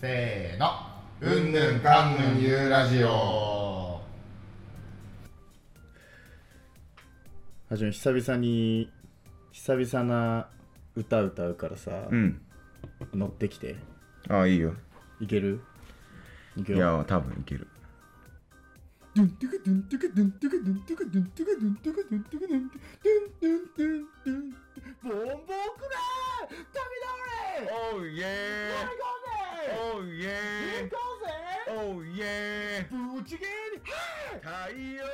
せーのうんぬんかんぬんゆうラジオはじめ久々に久々な歌歌うからさ、うん乗ってきてああいいよいけるいくいよや多分いけるボンボンくらい飛び乗れおうイエーおうイエーおうイエーぶち切太陽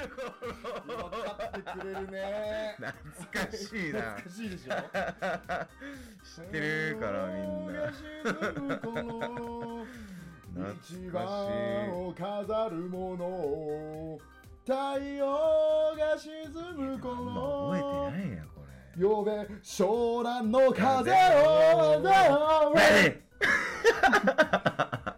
が沈む頃分か ってくれるね懐かしいな懐かしいでしょ知ってるからみんな 懐かしい一番を飾るもの太陽が沈む頃覚えてないやこれ呼べ湘南の風を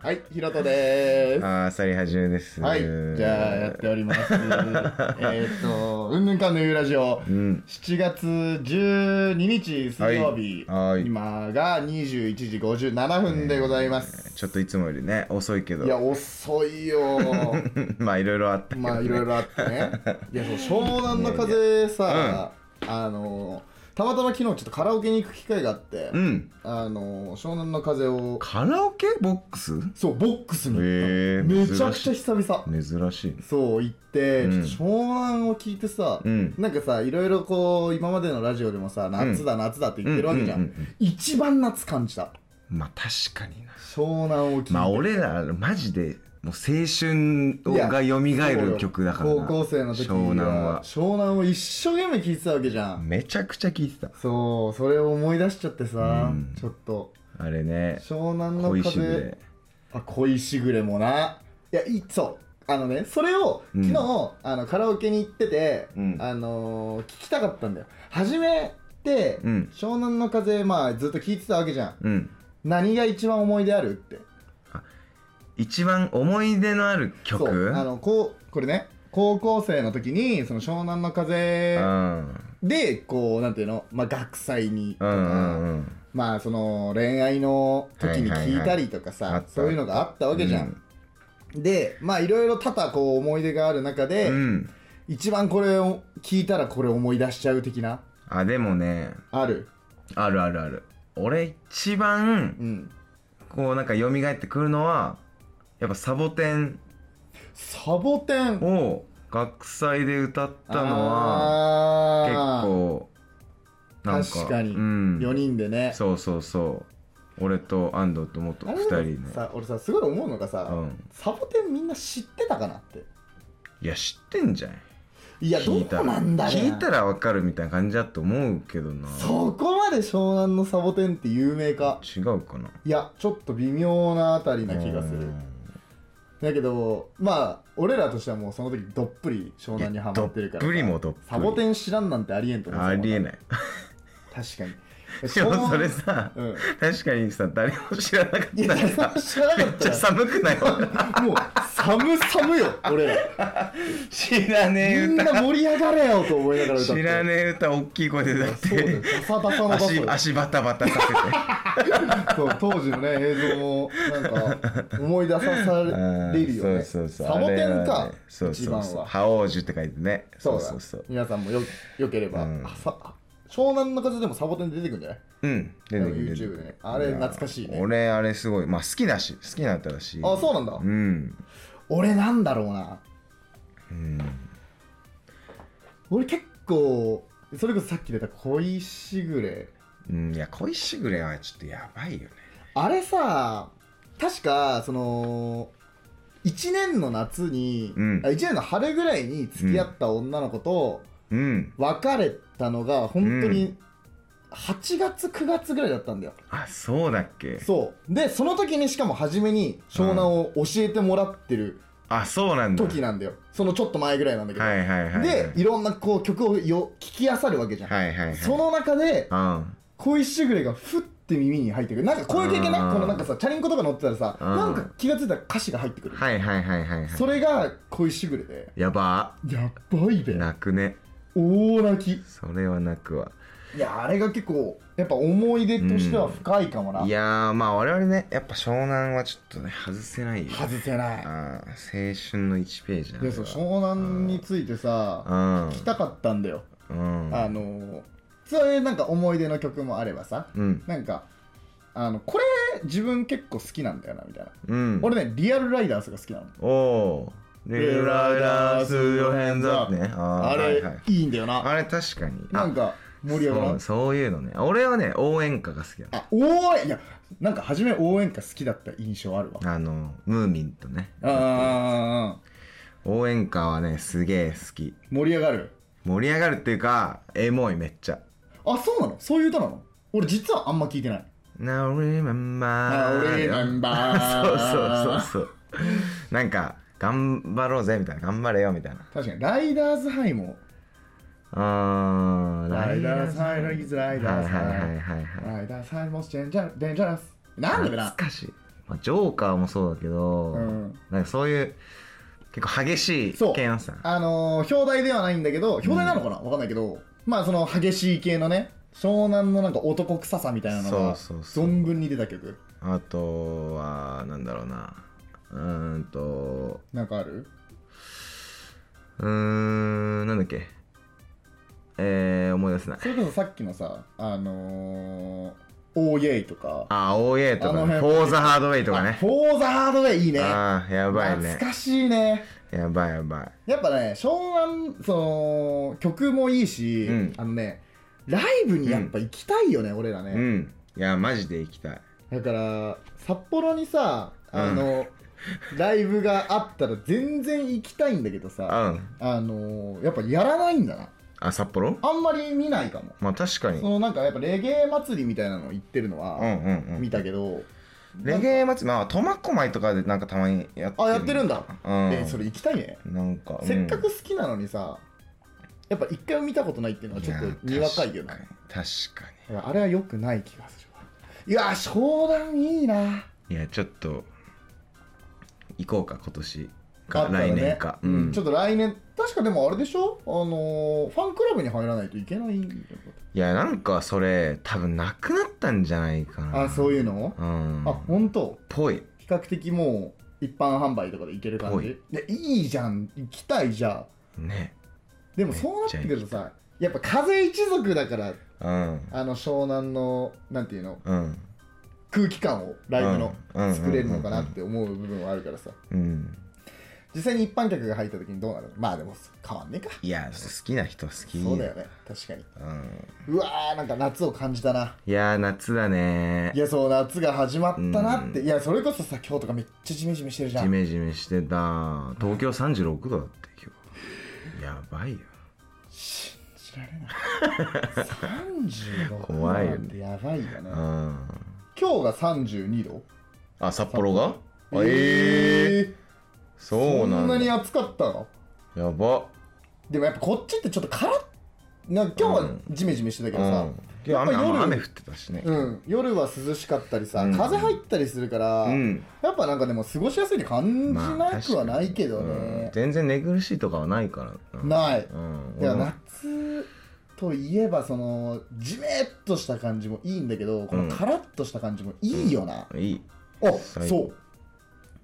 はい平田ですああ、サリはじめです。はいじゃあやっております えーっとうんぬんかんぬんゆうラジオうん。 7月12日水曜日、はいはい今が21時57分でございます、ちょっといつもよりね、遅いけどい。や遅いよ まあ、いろいろあったけどね。 まあいろいろあってねいやそう湘南の風さ、あのたまたま昨日ちょっとカラオケに行く機会があって、うん。あの湘南の風をカラオケボックスそうボックスに行ったへのえめちゃくちゃ久々珍しい。そう行って、うんちょっと湘南を聞いてさ、うんなんかさいろいろこう今までのラジオでもさ夏だ夏だって言ってるわけじゃん,、うんうんうんうん一番夏感じたまあ、確かにな。湘南を聞いて、まあ、俺ら、マジで、もう青春をが蘇る曲だから高な。校生の時は湘南は。湘南を一生懸命聞いてたわけじゃん、めちゃくちゃ聴いてた。そうそれを思い出しちゃってさ、うんちょっとあれね。湘南の恋しぐ風れ。あ恋しぐれもないやいそうあのねそれをうん昨日、あのカラオケに行ってて、うんあのー聞きたかったんだよ初めて、うん湘南の風まあずっと聞いてたわけじゃんうん。何が一番思い出あるって一番思い出のあるそ曲うあのこうこれね高校生の時にその湘南の風うん。でこうなんていうの、まあ、学祭にとうか、んうんうん。まあその恋愛の時に聞いたりとかさ、はいはいはいそういうのがあったわけじゃん、でまあいろいろ多々こう思い出がある中で、うん。一番これを聞いたらこれ思い出しちゃう的なあ、でもね、あるあるあるある。俺一番う、んこうなんか蘇ってくるのは、やっぱサボテンサボテンを学祭で歌ったのは、結は構、なんか、確かにうん。 4人でねそうそうそう。俺と安藤ともっとあれ二人ね。さ俺さすごい思うのがさ、うん。サボテンみんな知ってたかなっていや、知ってんじゃん。いやど聞いたうらなんだろうな聞いたらわかるみたいな感じだと思うけどな。そこまで湘南のサボテンって有名か違うかないやちょっと微妙なあたりな気がすうるんだけどまあ俺らとしてはもうその時どっぷり湘南にハマってるからさいやどっぷりもどっぷりサボテン知らんなんてありえんと思うありえないい。確かにでもそれさ、うん確かにさ誰も知らなかっいたやらさ知らなめかっっちたゃら寒くないもう寒寒よ俺ら知らねえみん歌な盛り上がれよと思いながら歌って知らねえ歌大きい声で歌っそうだよてバサバサのバサ足足バタバタさせてそう当時のね映像もなんか思い出さされるようねんそうそうそうサボテンあれはかねそう一そう番そうは覇王樹って書いてねそうだそうそう皆さんもよよければ、うんあさあ湘南の風でもサボテン出てくんじゃないうん出てくるでも YouTube ねあれいや懐かしいね俺あれすごいまあ好きだし好きな歌だしあそうなんだ、うん俺なんだろうなうん俺結構それこそさっき出た恋しぐれうんいや恋しぐれはちょっとやばいよねあれさ確かその1年の夏に、うんあ1年の春ぐらいに付き合った女の子とうん別れたのが本当に8月9月ぐらいだったんだよ、あそうだっけそうでその時にしかも初めに湘南を教えてもらってるあそうなんだ時なんだよ、そのちょっと前ぐらいなんだけど、はいはいはいはいでいろんなこう曲をよ聴き漁るわけじゃん、はいはいはいその中でうん恋しぐれがふって耳に入ってくるなんかこういう経験ないうんこのなんかさチャリンコとか乗ってたらさうんなんか気が付いたら歌詞が入ってくる、はいはいはいはいはいそれが恋しぐれでやばやっばいべ泣くね大泣きそれは泣くわいやあれが結構やっぱ思い出としては深いかもな、いやーまあ我々ねやっぱ湘南はちょっとね外せないよ外せないあー青春の1ページなんでだそう湘南についてさうん聞きたかったんだよ、うんあのそういうなんか思い出の曲もあればさうんなんかあのこれ自分結構好きなんだよなみたいな、うん俺ねリアルライダースが好きなのおおーリルライダースヨヘンズアップねああーれ、はいい、はいんだよないあれ確かになんか盛り上がらそんうそういうのね俺はね応援歌が好きだあ応援いやなんか初め応援歌好きだった印象あるわあのムーミンとねああ応援歌はねすげえ好き盛り上がる盛り上がるっていうかエモいめっちゃあそうなのそういう歌なの俺実はあんま聞いてない Now あ remember 俺ナンバ そうーそうそうそうなんか頑張ろうぜみたいな頑張れよみたいな確かにライダーズハイもあーライダーズハイライズライダーズハイはいはいはいはいライダーズハイモスデンジャデンジャラスなんだ懐べなかしい、まあ、ジョーカーもそうだけど、うんなんかそういう結構激しいそう系のさあのー、表題ではないんだけど表題なのかなわかんないけどまあその激しい系のね湘南のなんか男臭さみたいなのがそうそうそう存分に出た曲あとはなんだろうなうーんとなんかあるうーんなんだっけえー、思い出せないそれこそさっきのさあのー、オーイェイとかあー OA とか、あのね、辺フォーザハードウェイとかあねフォーザハードウェイいいねああやばいね懐かしいねやばいやばいやっぱね湘南その曲もいいし、うんあのねライブにやっぱ行きたいよね、俺らね、うんいやマジで行きたいだから札幌にさあの、ライブがあったら全然行きたいんだけどさうんあのやっぱやらないんだなあ札幌あんまり見ないかもまあ確かにそのなんかやっぱレゲエ祭りみたいなの行ってるのうんうはん見たけど、うんレゲエ祭りまあ苫小牧とかでなんかたまにやってあやってるんだ、うんえそれ行きたいね、なんかせっかうく好きなのにさやっぱ一回も見たことないっていうのはちょっとにわかいよやね確かに確かだからあれは良くない気がするわいやー湘南いいなにいやちょっと行こうか今年あか、ったらね来年かうんちょっと来年確かでもあれでしょあのーファンクラブに入らないといけないんだよいやなんかそれ多分なくなったんじゃないかなあそういううの、うんあ本当ぽい比較的もう一般販売とかでいける感おじいいやいいじゃん行きたいじゃんねでもそうなってくるとさやっぱ風一族だからうんあの湘南のなんていうのうん空気感をライブのうん作れるのかなって思う部分はあるからさうん実際に一般客が入った時にどうなるのまあでも変わんねえかいや好きな人好きそうだよね確かにうんうわーなんか夏を感じたないやー夏だねいやそう夏が始まったなって、ういやそれこそさ今日とかめっちゃジメジメしてるじゃジんメジメしてた東京36度だって今日やばいよ信じられない36度 怖いよねなんてやばいよねうん今日が32度あ札幌があえー、えそこうんなんだなに暑かったのやばでもやっぱこっちってちょっとからっなんか今日はジメジメしてたけどさ、うんやっぱ雨雨夜雨降ってたしねうん、夜は涼しかったりさ、うん風入ったりするから、うんやっぱなんかでも過ごしやすいに感じなくはないけどうんね、全然寝苦しいとかはないからなない、うんいや俺も夏といえばそのジメっとした感じもいいんだけどこうんのカラッとした感じもいいよな、いいあ最そ高う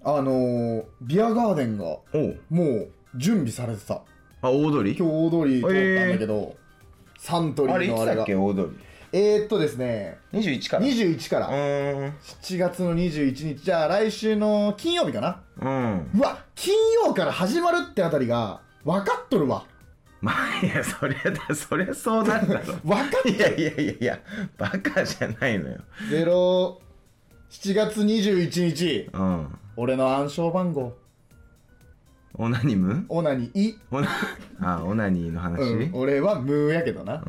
あのービアガーデンがおうもう準備されてたあ大通り今日大通り通ったんだけど、サントリあれいーのあつれだがっけ大通えー、っとですねり21から21から、うん7月の21日じゃあ来週の金曜日かなうんうわ金曜から始まるってあたりが分かっとるわまあいやそりゃだそりゃそうなん だろ分かっといるやいやいやいやバカじゃないのよゼロ7月21日うん俺の暗証番号オナニムオナニイ、オナあオナニーの話ううんん、俺はムーやけどな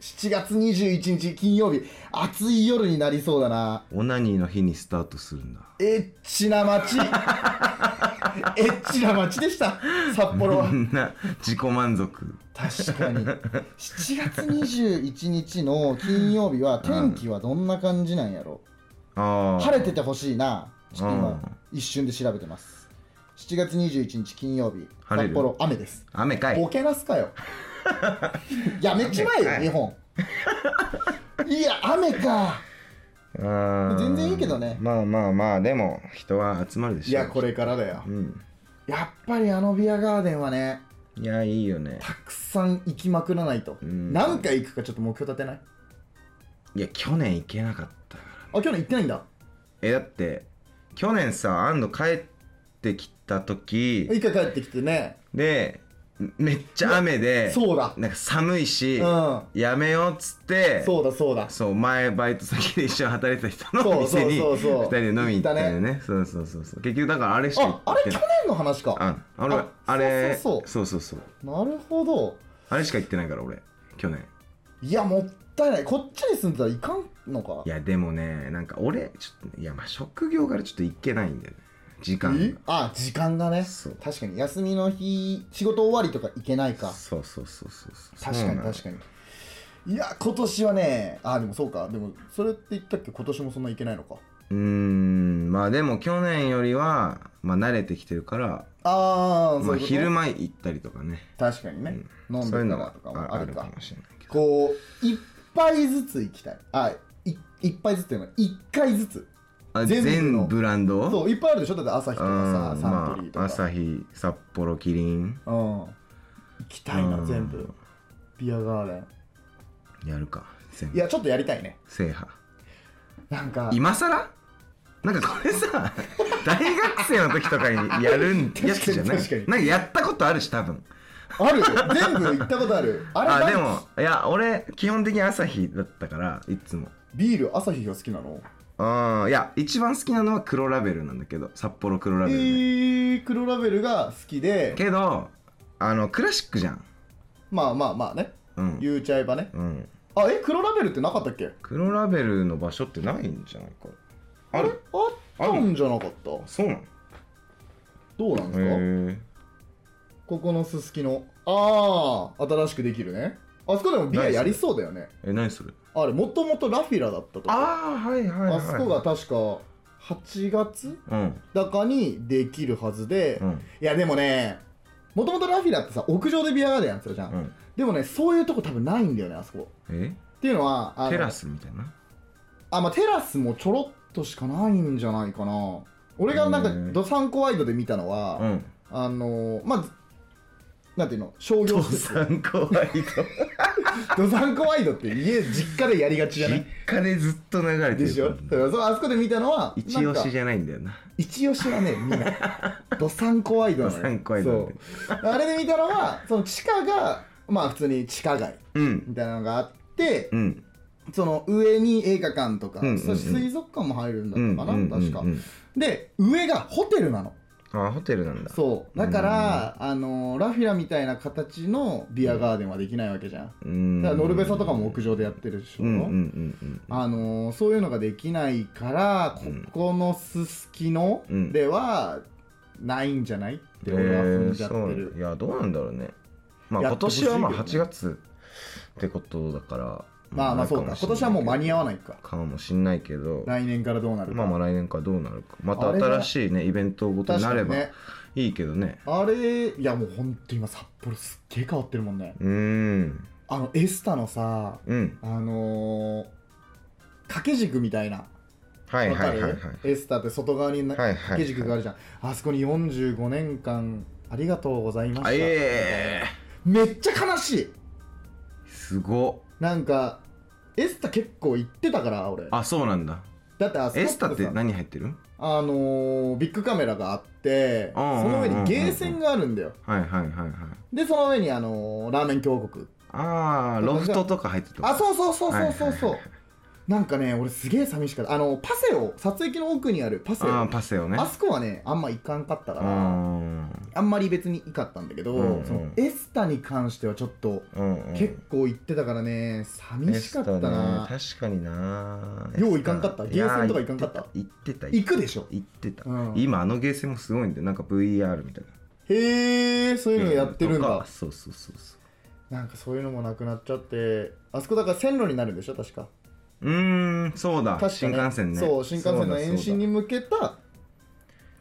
7月21日金曜日暑い夜になりそうだなオナニーの日にスタートするんだエッチな 街エッチな街でした札幌はこんな自己満足確かに7月21日の金曜日は天気はどんな感じなんやろ、ああ晴れててほしいなちょっとう今ん一瞬で調べてます7月21日金曜日晴れ札る幌雨です雨かい ボケなすかよやめちまえよ日本いや雨かうん全然いいけどねまあまあまあでも人は集まるでしょいやこれからだようんやっぱりあのビアガーデンはねいやいいよねたくさん行きまくらないと、うん何回行くかちょっと目標立てないいや去年行けなかったからあ去年行ってないんだえだって去年さ安藤帰ってきた時一回帰ってきてねでめっちゃ雨でそうだなんか寒いし、うんやめようっつってそうだそうだそう前バイト先で一緒に働いてた人そのうそう店にそう2そう人で飲みに行った行よっねそうそうそうそう結局だからあれしか行ああっれて去ない年の話かああれああれそうそうそうそうなるほどあれしか行ってないから俺去年いやもったいないこっちに住んでたらいかんのかいやでもねなんか俺ちょっとねいやまあ職業からちょっと行けないんだよね時え間あ時間がねそう確かに休みの日仕事終わりとか行けないがかそうそうそうそうそう確かに確かにいや今年はねあでもそうかでもそれって言ったっけ今年もそんな行けないのかうーんまあでも去年よりは、まあ、慣れてきてるから、ああまそうあ、いうこと昼間行ったりとかね確かにね、飲んそういうでのたらがとかもあああるるかかもしれないけどこう一杯ずつ行きたいあい一杯ずつっていうのは一回ずつあ全全部のブランドそういっぱいあるでしょだって朝日とうかんさサンまトリーとか、あ朝日札幌キリンうん行きたいなうん全部ビアガーデンやるか全い部やちょっとやりたいね制覇なんか今さらなんかこれさ大学生の時とかにやるんやつじゃない確かになんかやったことあるし多分あるよ全部行ったことあるあれあ何でもいや俺基本的に朝日だったからいつもビール朝日が好きなのうんいや一番好きなのは黒ラベルなんだけど札幌黒ラえベルね、ー、黒ラベルが好きでけどあのクラシックじゃんまあまあまあねうん、言うちゃえばねうん、あえ黒ラベルってなかったっけ黒ラベルの場所ってないんじゃないかあるあったんじゃなかったそうなのどうなんですか、へここのすすきのああ新しくできるねあそこでもビアやりそうだよねええ何それあれもともとラフィラだったとかああはいはいはいあそこが確か8月うんだかにできるはずで、ういんやでもねもともとラフィラってさ屋上でビアガーデンやってたじゃん、うんでもねそういうとこ多分ないんだよねあそこえっていうのはあのテラスみたいなあ、まあ、テラスもちょろっとしかないんじゃないかな俺がなんかへードサンコワイドで見たのは、うんあのまあなんていうの商業父施設さん怖いとドサンコワイドって家実家でやりがちじゃない実家でずっと流れてでるしょかだかららそうあそこで見たのは一押しゃじゃないんだよな一押しはね見 ないドサンコワイドなのよドサンコワイドなんだよそうあれで見たのはその地下がまあ普通に地下街うんみたいなのがあって、うんその上に映画館とか、うんうんうんそして水族館も入るんだうんったかな、うん確か、うんうんで上がホテルなのあホテルなんだそうだから、あのラフィラみたいな形のビアガーデンはできないわけじゃん、うんだからノルベサとかも屋上でやってるでしょ、うんうんうんあのーそういうのができないからこうんこのすすきのうんではないんじゃないってうん俺はへ踏ーんじゃってそうる、いやどうなんだろうねまあやっ今てほしい年けどはねまあ8月ってことだからまあまあそうか今年はもう間に合わないないかかもしんないけど来年からどうなるか、まあまあ来年からどうなるかまたあれが新しいねイベントごとに確なかれにばねいいけどねあれいやもうほんと今札幌すっげえ変わってるもんねうーんあのエスタのさうんあのー掛け軸みたいな、はいはいはいはいわかるエスタって外側になはいはい掛け軸があるじゃん、あそこに45年間ありがとうございました、あええめっちゃ悲しいすごっなんかエスタ結構行ってたから俺あそうなんだだってあそこエスタってさ何入ってるあのービッグカメラがあってそうんうんうんうんの上にゲーセンがあるんだよはいはいはいはいでその上にあのーラーメン峡国ああロフトとか入ってたあそうそうそうそうそうそう、はいはいはいなんかね俺すげえ寂しかったあのパセオ撮影機の奥にあるパセオあーパセオねあそこはねあんま行かんかったかうら、んあんまり別にいかったんだけど、うんうんそのエスタに関してはちょっとうんうん結構行ってたからね寂しかったな、エスタね確かになよう行かんかったエスタいやゲーセンとか行かんかった行ってた行行ってたくでしょ行ってた、うん今あのゲーセンもすごいんだよなんか VR みたいなへえそういうのやってるんとだかそうそうそうそなんかそういうのもなくなっちゃってあそこだから線路になるんでしょ確かううーんそうだ確か、ね、新幹線ねそう新幹線の延伸にそう向けた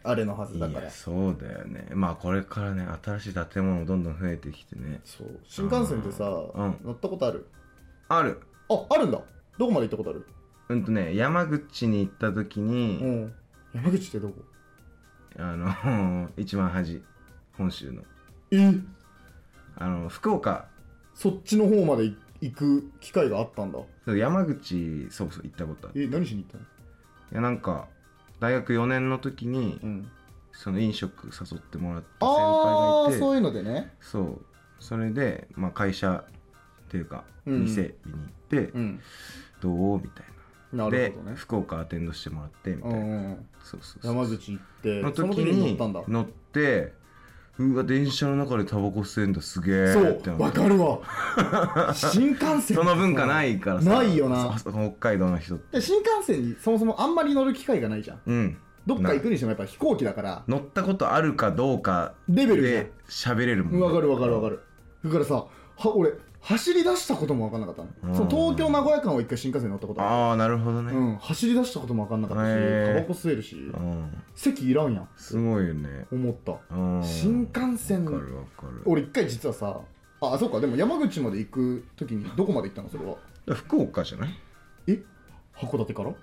あれのはずだだそうかだいらやそうだよねまあこれからね新しい建物どんどん増えてきてねそう新幹線ってさうん乗ったことあるあるああるんだどこまで行ったことあるうんとね山口に行った時に、うん山口ってどこあの 一番端本州のえあの福岡そっちの方まで行く機会があったんだそう山口そうそう行ったことあるえ何しに行ったのいやなんか大学4年の時に、うんその飲食誘ってもらった先ああ輩がいてそういうのでねそうそれで、まあ、会社っていうかうん店見に行って、うんどうみたいななるでほどね福岡アテンドしてもらってみたういな、んうんそうそうそう山口行ってのその時時に乗にったんだ乗ってうわ電車の中でタバコ吸えんだすげえそってなっうてわかるわ 新幹線その文化ないからさないよなあそ北海道の人ってで新幹線にそもそもあんまり乗る機会がないじゃんうんどっか行くにしてもやっぱ飛行機だから乗ったことあるかどうかレベルじゃんで喋れるもんねわかるわかるわかるだからさは俺走り出したことも分かんなかったうのんその東京名古屋間を一回新幹線に乗ったことあああなるほどるね、うん、走り出したことも分かんなかったしへータバコ吸えるしうん、席いらんやんすごいよね思ったうん新幹線わかるわかる俺一回実はさあそうかでも山口まで行く時にどこまで行ったのそれはだから福岡じゃないえ函館から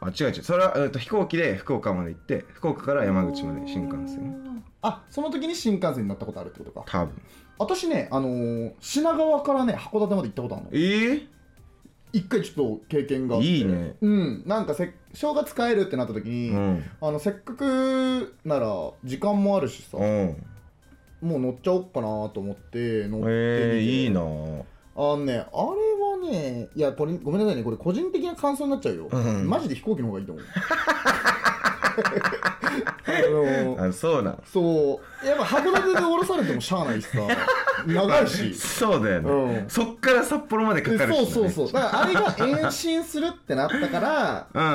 あ違う違うそれは、えっと飛行機で福岡まで行って福岡から山口まで新幹線線あその時に新幹線になったことあるってことか多分私ね、あのー品川からね函館まで行ったことあるのえー、一回ちょっと経験があっていいねうんなんかせ正月帰るってなった時に、うんあのせっかくなら時間もあるしさ、うんもう乗っちゃおっかなと思って乗ってみて、えー、いいなぁあのねあれはねいやこれごめんなさいねこれ個人的な感想になっちゃうよ、うんマジで飛行機の方がいいと思う あのーあそうなんそうやっぱ函館で降ろされてもしゃあないしさ長いしそうだよね、うんそっから札幌までかかるし、そね、うそうそうだからあれが延伸するってなったからうんうん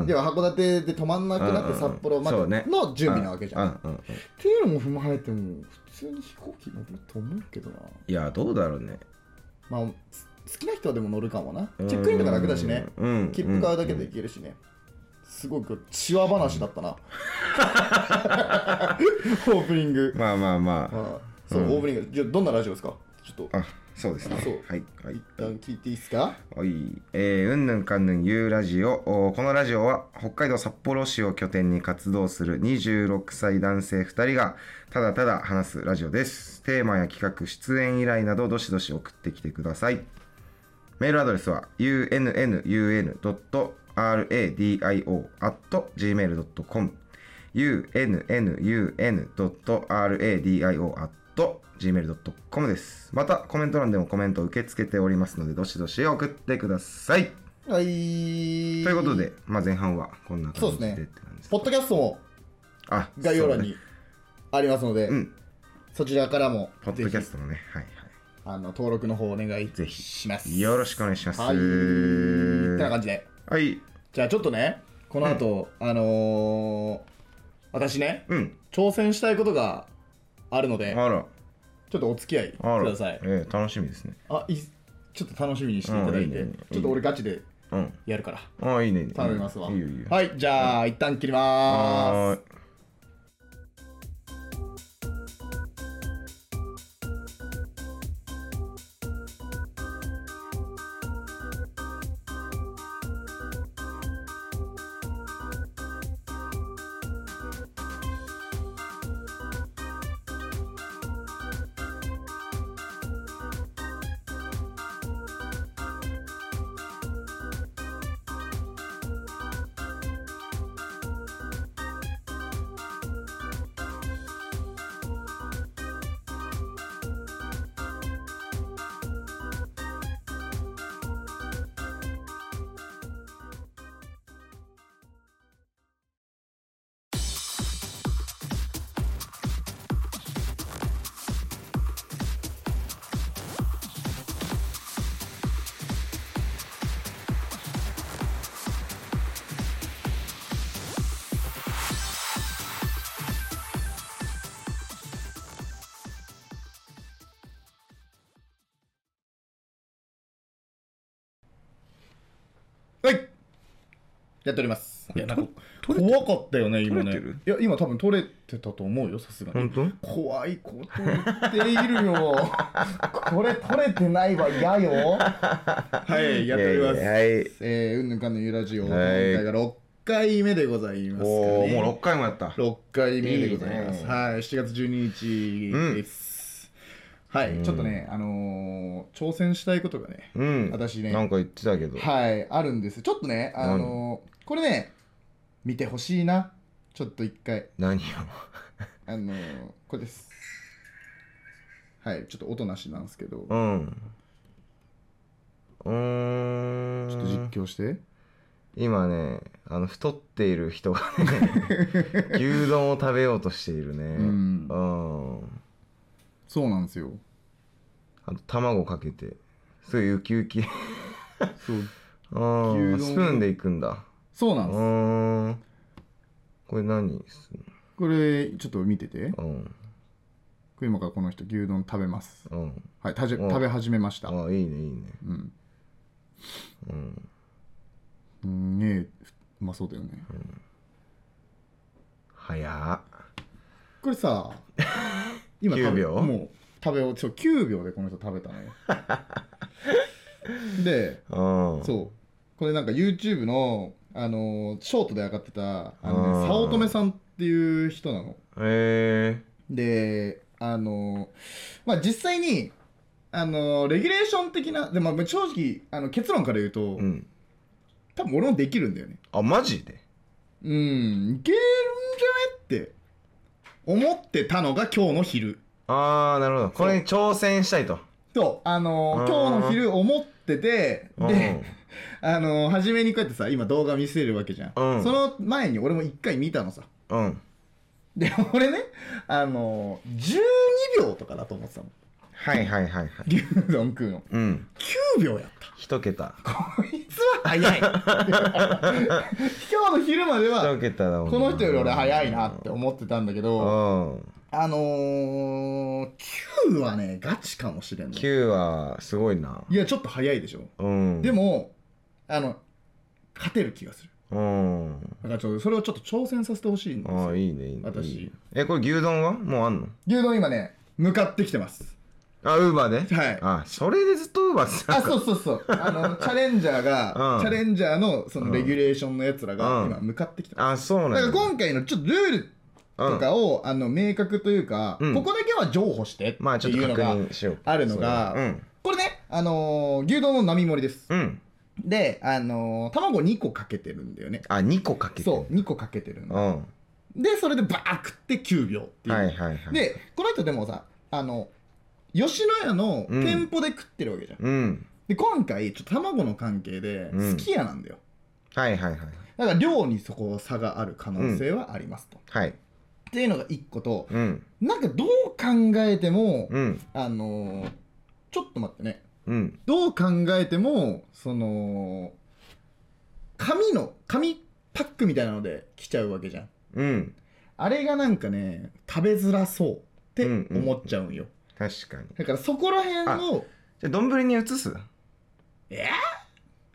うん要は函館で泊まんなくなって札幌までうんうんうんそうねの準備なわけじゃん。うんうんうんっていうのも踏まえても普通に飛行機乗ると思うけどな。いやどうだろうねまあす好きな人はでも乗るかもな。チェックインとか楽だしね。うん切符買うだけでいけるしね。すごくチワ話だった な。オープニング。まあまあまあ、まあ、そう、うんオープニング。じゃあどんなラジオですかちょっとあそうですねそうはいはい一旦聞いていいですかはい、えー、うんぬんかんぬんゆうラジオおーこのラジオは北海道札幌市を拠点に活動する26歳男性2人がただただ話すラジオですテーマや企画出演依頼などどしどし送ってきてくださいメールアドレスは unnun.radio.gmail.com unnun.radio.gmail.com です。また、コメント欄でもコメントを受け付けておりますので、どしどし送ってください。はい。とといいうことで、まあ、前半はこんな感じでって感じですポッドキャストもあ概要欄そうにありますので、だねうん、そちらからもポッぜドキひャストもね、はいはあの登録の方お願いぜひします。い。よろしくお願いします。はい。ってな感じで。はい。じゃあちょっとね、この後、あのー、私ね、うん。挑戦したいことがあるのあで、ら、ちょっとお付き合いあくら、ださい。えー楽しみですね。あ、いいちょっと楽しみにしていただいて、うんいいねいいねちょっと俺ガチでうん。やるから、ああ、いいね、いいね。頼みますわ。いいよ、いいよ。はい、じゃあ、一旦切りまーはーすい。はいやっております。さいやなんか取れて怖かったよね今ね撮れてるいや今多分撮れてたと思うよさすがに本当怖いこと言っているよ これ撮れてないわ嫌よはいやっておりますいやいやはいえー、うんぬんかんぬんゆラジオ、はい今回が6回目でございますかおおね、もう6回もやった6回目でございますいいねはい7月12日です、はい、ちょっとねあのー、挑戦したいことがねうん私ねなんか言ってたけどはいあるんですちょっとねあのー、これね見てほしいなちょっと一回何よあのー、これですはいちょっと音なしなんですけど、うちんうーんょっと実況して今ねあの太っている人がね 牛丼を食べようとしているねうんうんそうなんですよあと卵かけてすごいウキウキうんそうスプーンでいくんだそうなんうです、ーんこれ何すんこれちょっと見ててのうんこれ今からこの人牛丼食べますうんはいたじうん食べ始めましたあいいねいいねうんうんすんげえうまそうだよね早っこれさ今9秒食べもう食べをそう9秒でこの人食べたのよ でうんそうこれなんか YouTube の、あのーショートで上がってたあの、あーね、早乙女さんっていう人なのえであのまあ実際にあのレギュレーション的なで、まあ、正直あの結論から言うと、ー、うん多分俺もできるんだよねあマジでうんいけるんじゃねって思ってたのが今日の昼ああなるほどこれに挑戦したいととあのあー今日の昼思っててうんであの初めにこうやってさ今動画見せるわけじゃん、うんその前に俺も一回見たのさうんで俺ねあの12秒とかだと思ってたのはいはいはいはい牛丼食うのうん9秒やった一桁こいつは 早い今日の昼までは一桁だもんこの人より俺早いなって思ってたんだけうどんあのー、9はねガチかもしれんのい9はすごいなやちょっと早いでしょうんでもあの勝てる気がするうんだからちょっとそれをちょっと挑戦させてほしいんですああよいいねいいね私いいねえこれ牛丼はもうあんの牛丼今ね向かってきてますあウーバーではいあそれでずっとウーバーしてたあそうそうそうあ のチャレンジャーが、うんチャレンジャーのそのレギュレーションのやつらがうん今向かってきてます、あそうなんだから今回のちょっとルールとかを、あの明確というか、うんここだけは譲歩してってまあちょっいとうの確が認しようあるのがそれはうんこれね、あのー牛丼の並盛りですうんで、あのー卵2個かけてるんだよねあ2個かけてそう2個かけてるんうんはでそれでバー食って9秒っていいう、はいはいでこの人でもさあの吉野家のうん店舗で食ってるわけじゃん、うんで今回ちょっと卵の関係でうんすき家なんだよ、はいはいはいだから量にそこ差がある可能性はありますと、はいっていうのが1個とうんなんかどう考えても、うんあのーちょっと待ってねうんどう考えてもその紙の紙パックみたいなので来ちゃうわけじゃんうんあれがなんかね食べづらそうって思っちゃうんよ、確かにだからそこら辺のじゃあ丼に移すえ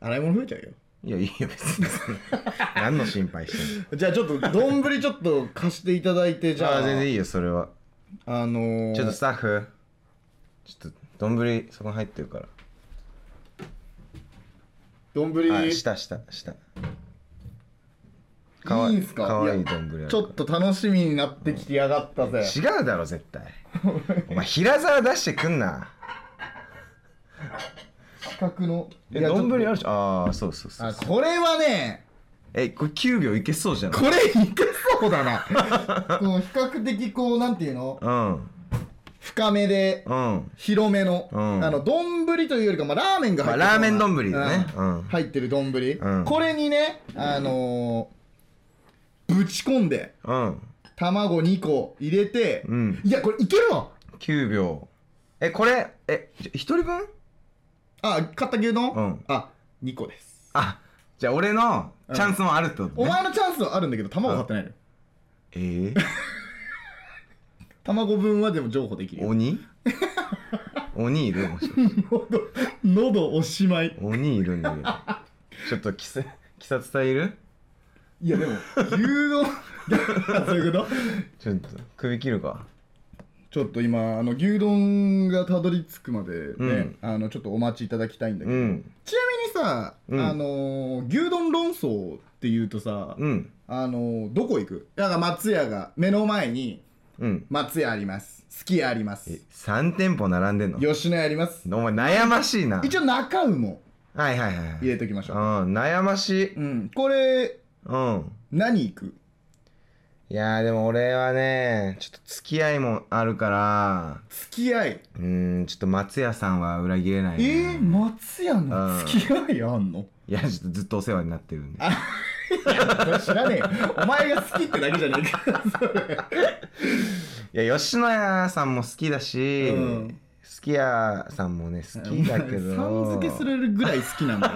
ー、洗い物増えちゃうよいやいいよ 別に何の心配してんのじゃあちょっと丼ちょっと貸していただいてじじゃゃああ全然いいよそれはあのー、ちょっとスタッフちょっと丼そこ入ってるから丼あち下下下かわいいんすかかわいいいや丼あるからょっと楽しみになってきてやがったぜ違うだろ絶 対お前平皿出してくんな比較のえいやちょっと丼あるしああそうそうそうあこれはねえこれ9秒いけそうじゃないこれいけそうだ なこの比較的こうなんていうのうん深めでうん広めの、うんあの丼というよりか、まあ、ラーメンが入ってるようまあなラーメン丼だねうん入ってる丼、うんこれにねあのーぶち込んでうん卵2個入れて、うんいやこれいけるわ9秒えこれえじゃ一人分あ買った牛丼、うんあ2個ですあじゃあ俺のチャンスもあるってことおね前のチャンスはあるんだけど卵買ってないのよえー卵分はでも譲歩できるよ鬼 鬼いるもしかして喉喉おしまい鬼いるんだけどちょっときさ鬼殺隊いるいやでも牛丼 そういうことちょっと首切るかちょっと今あの牛丼がたどり着くまでね、うんあのちょっとお待ちいただきたいんだけうど、んちなみにさ、うんあのー牛丼論争っていうとさ、うんあのーどこ行くだから松屋が目の前にうん松屋ありますすき家ありますえ3店舗並んでんの吉野家ありますお前悩ましいな一応中羽もはいはいはい入れときましうょう、ん悩ましいうん、これうん何行くいやーでも俺はねちょっと付き合いもあるからすき家いうーんちょっと松屋さんは裏切れないえねー、松屋のうんすき家あんのいやちょっとずっとお世話になってるんでそれ知らね えよお前が好きってだけじゃねえかいや吉野家さんも好きだし、うんすき家さんもね好きだけどさん付けするぐらい好きなんだ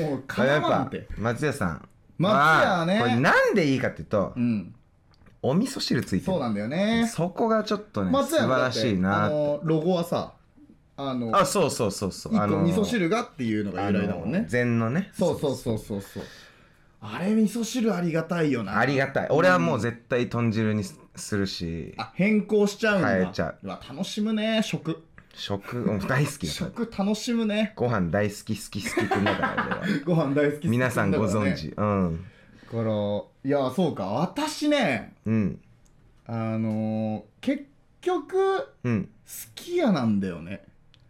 よ もうまかあなやっわんっぱて松屋さん松屋ねまあこれなんでいいかっていうと、うんお味噌汁ついてるそうなんだよねそこがちょっとね素松屋晴のだらってしいなあのロゴはさあのあそうそうそうそう一個味噌の汁がっていうのが由来だもんあねの禅のねそうそうそうそうそうあれ味噌汁ありがたいよなありがたい俺はもう絶対豚汁にすするしあ変更しちゃうんだ変えちゃうわ楽しむね食食うん大好きだから食楽しむねご飯大好き好き好きくんだから俺はご飯大 好き皆さんご存だ知うんからいやそうか私ねうんあのー、結局好うんき家なんだよね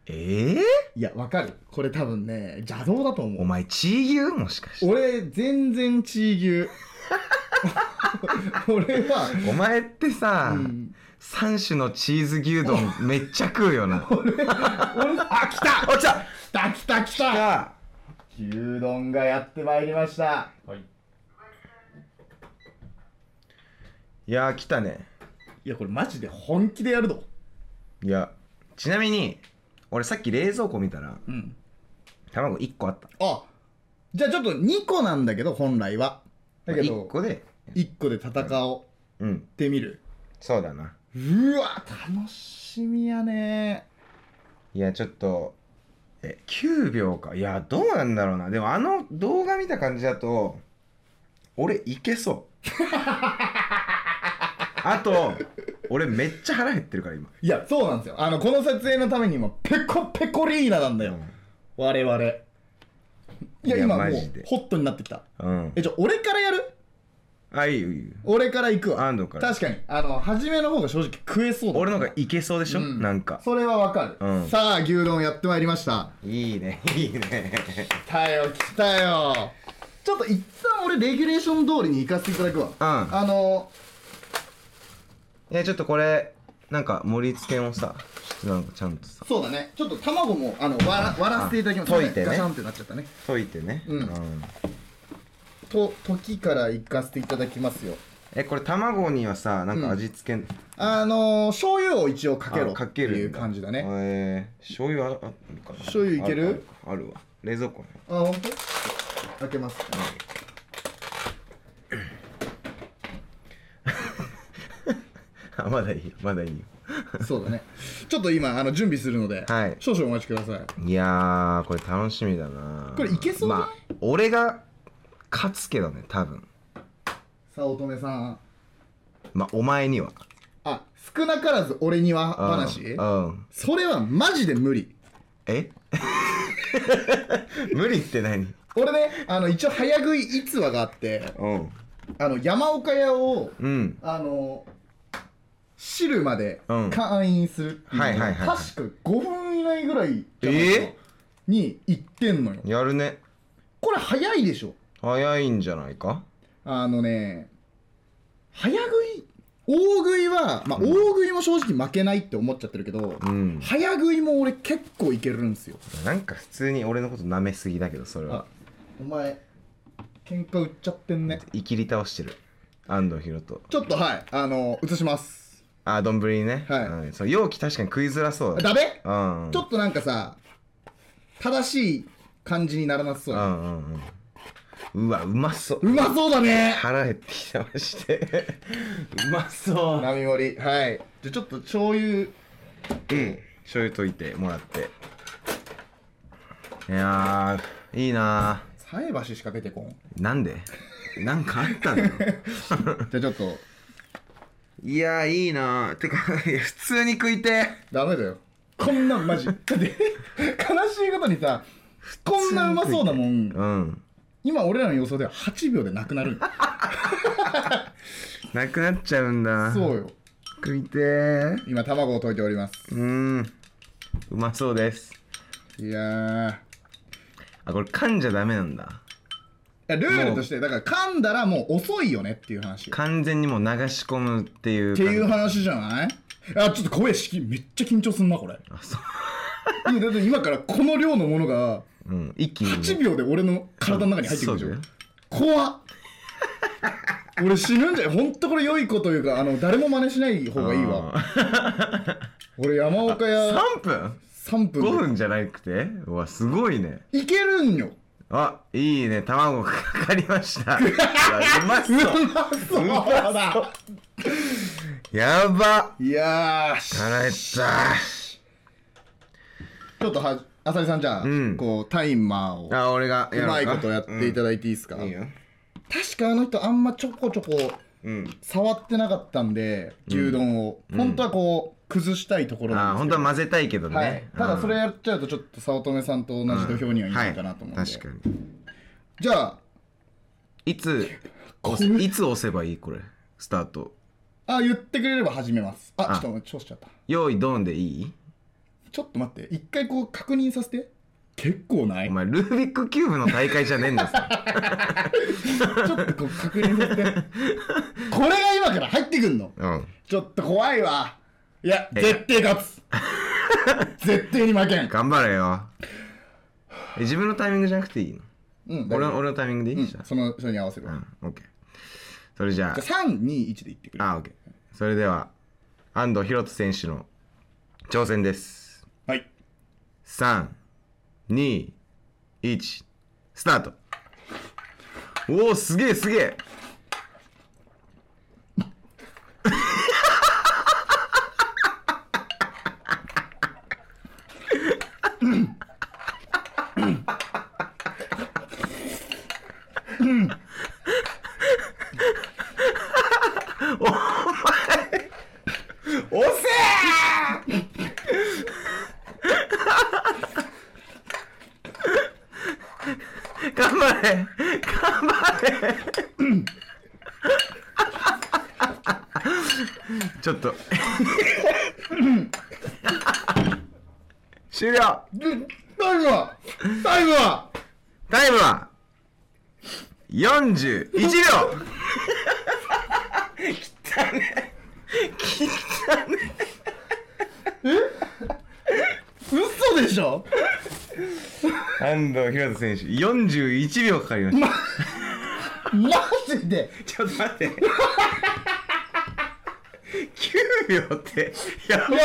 ええいやわかるこれ多分ね邪道だと思おう前チー牛もしかして俺全然チー牛 俺は、お前ってさ、うん、三種のチーズ牛丼めっちゃ食うよ な俺あ来たあ来た来た来た来たあ牛丼がやってまいりましたいやー来たねいやこれマジで本気でやるぞいやちなみに俺さっき冷蔵庫見たらうん卵1個あったあじゃあちょっと2個なんだけど本来はだけ1ど個で1個で戦おううんってみるそうだなうわ楽しみやねいやちょっとえ9秒かいやどうなんだろうなでもあの動画見た感じだと俺いけそう あと俺めっちゃ腹減ってるから今いやそうなんですよあのこの撮影のために今ペコペコリーナなんだよ、我々いやいや今もマうジでホットになってきたうんえじゃあ俺からやるあいいよいいよ俺から行くわ安藤から確かにあの初めの方が正直食えそうだ俺のがいけそうでしょ、うんなんかそれはわかる、うんさあ牛丼やってまいりましたいいねいいね来たよ来たよちょっと一旦俺レギュレーション通りに行かせていただくわ、んあのえちょっとこれなんか盛り付けもさちょっとなんかちゃんとさそうだねちょっと卵もあの割ら割らせていただきますあ溶いてねガシャンってなっちゃったね溶いてねうんと時から行かせていただきますよえこれ卵にはさなんか味付け、あのー、醤油を一応かけろあっかてけるんいう感じだねえー、醤油ああるかな醤油いけるああるわ冷蔵庫ねあ本当？開けます あまだいいよまだいいよそうだねちょっと今あの準備するので、はい少々お待ちくださいいやーこれ楽しみだなこれいけそうじゃないまあ俺が勝つけどね多分さあ乙女さんまあお前にはあ少なからず俺にはうん話うんそれはマジで無理え 無理って何俺ねあの一応早食い逸話があってうんあの山岡屋をうんあの汁までうん会員するっていうのが、はいはいはいはい確か5分以内ぐらいじゃないかなえに行ってんのよやるねこれ早いでしょ早いんじゃないかあのね早食い大食いは、まあ、大食いも正直負けないって思っちゃってるけど、うん早食いも俺結構いけるんすよなんか普通に俺のこと舐めすぎだけどそれあはお前喧嘩売っちゃってんねいきり倒してる安藤博とちょっとはいあの映しますあ丼ねはいうん、そう容器確かに食いづらそうダだメうんちょっとなんかさ正しい感じにならなさそうう、んうんうんうわうまそううまそうだね腹減ってきたましてうまそう並盛りはいじゃあちょっと醤油うん醤油溶いてもらっていやーいいな菜箸しか出てこんーなんでなんかあったのよじゃあちょっといやーいいなーてかいや普通に食いてーダメだよこんなんマ ジだって悲しいことにさこんなうまそうなもんうん今俺らの予想では8秒でなくなるんよなくなっちゃうんだそうよ食いてー今卵を溶いておりますうーんうまそうですいやーいあこれ噛んじゃダメなんだやルールとしてだから噛んだらもう遅いよねっていう話っ完全にもう流し込むっていうて感じいう話じゃないあちょっと怖い式めっちゃ緊張すんなこれあそういやだって今からこの量のものがうん一気に8秒で俺の体の中に入ってくるでしょそうだよ怖っ俺死ぬんじゃほんとこれ良い子というかあの誰も真似しない方がいいわあ俺山岡ー屋3分3分で ?5 分じゃなくてうわすごいねいけるんよあいいね卵かかりましたいや うまうそうまそうだやばいやーし腹減ったちょっとはあさりさんじゃあ、うんこうタイマーをあ俺がうまいことやっうんていただいていいですか、いいよ確かあの人あんまちょこちょこうん触ってなかったんで牛丼を、本当はこう崩したいところなあんです本け当どは混ぜたいけどね、はい、ただそれはやっちゃうとちょっと早乙女さんと同じ土俵にはいないかなと思うんで、確かにじゃあ いつこ押せいつ押せばいいこれスタートあ言ってくれれば始めますああちょっと待って調子ちゃった用意ドンでいいちょっと待って一回こう確認させて結構ないお前ルービックキューブの大会じゃねえ んだぞちょっとこう確認させ てこれが今から入ってくんのうんちょっと怖いわいやえ絶対勝 つ絶対に負けん頑張れよえ自分のタイミングじゃなくていいのうん俺大丈の俺のタイミングでい夫うい、んじゃそのそれに合わせるあうわ、んオッケーそれじゃあじゃあ321でいってくれあオッケーそれでは安藤博人選手の挑戦ですはい321スタートおおすげえすげえおせえ頑張れ頑張れちょっと終了でタイムはタイムはタイムは41秒嘘でしょ 安藤平田選手41秒かかりましたマジでちょっと待って。9秒って、やばやばい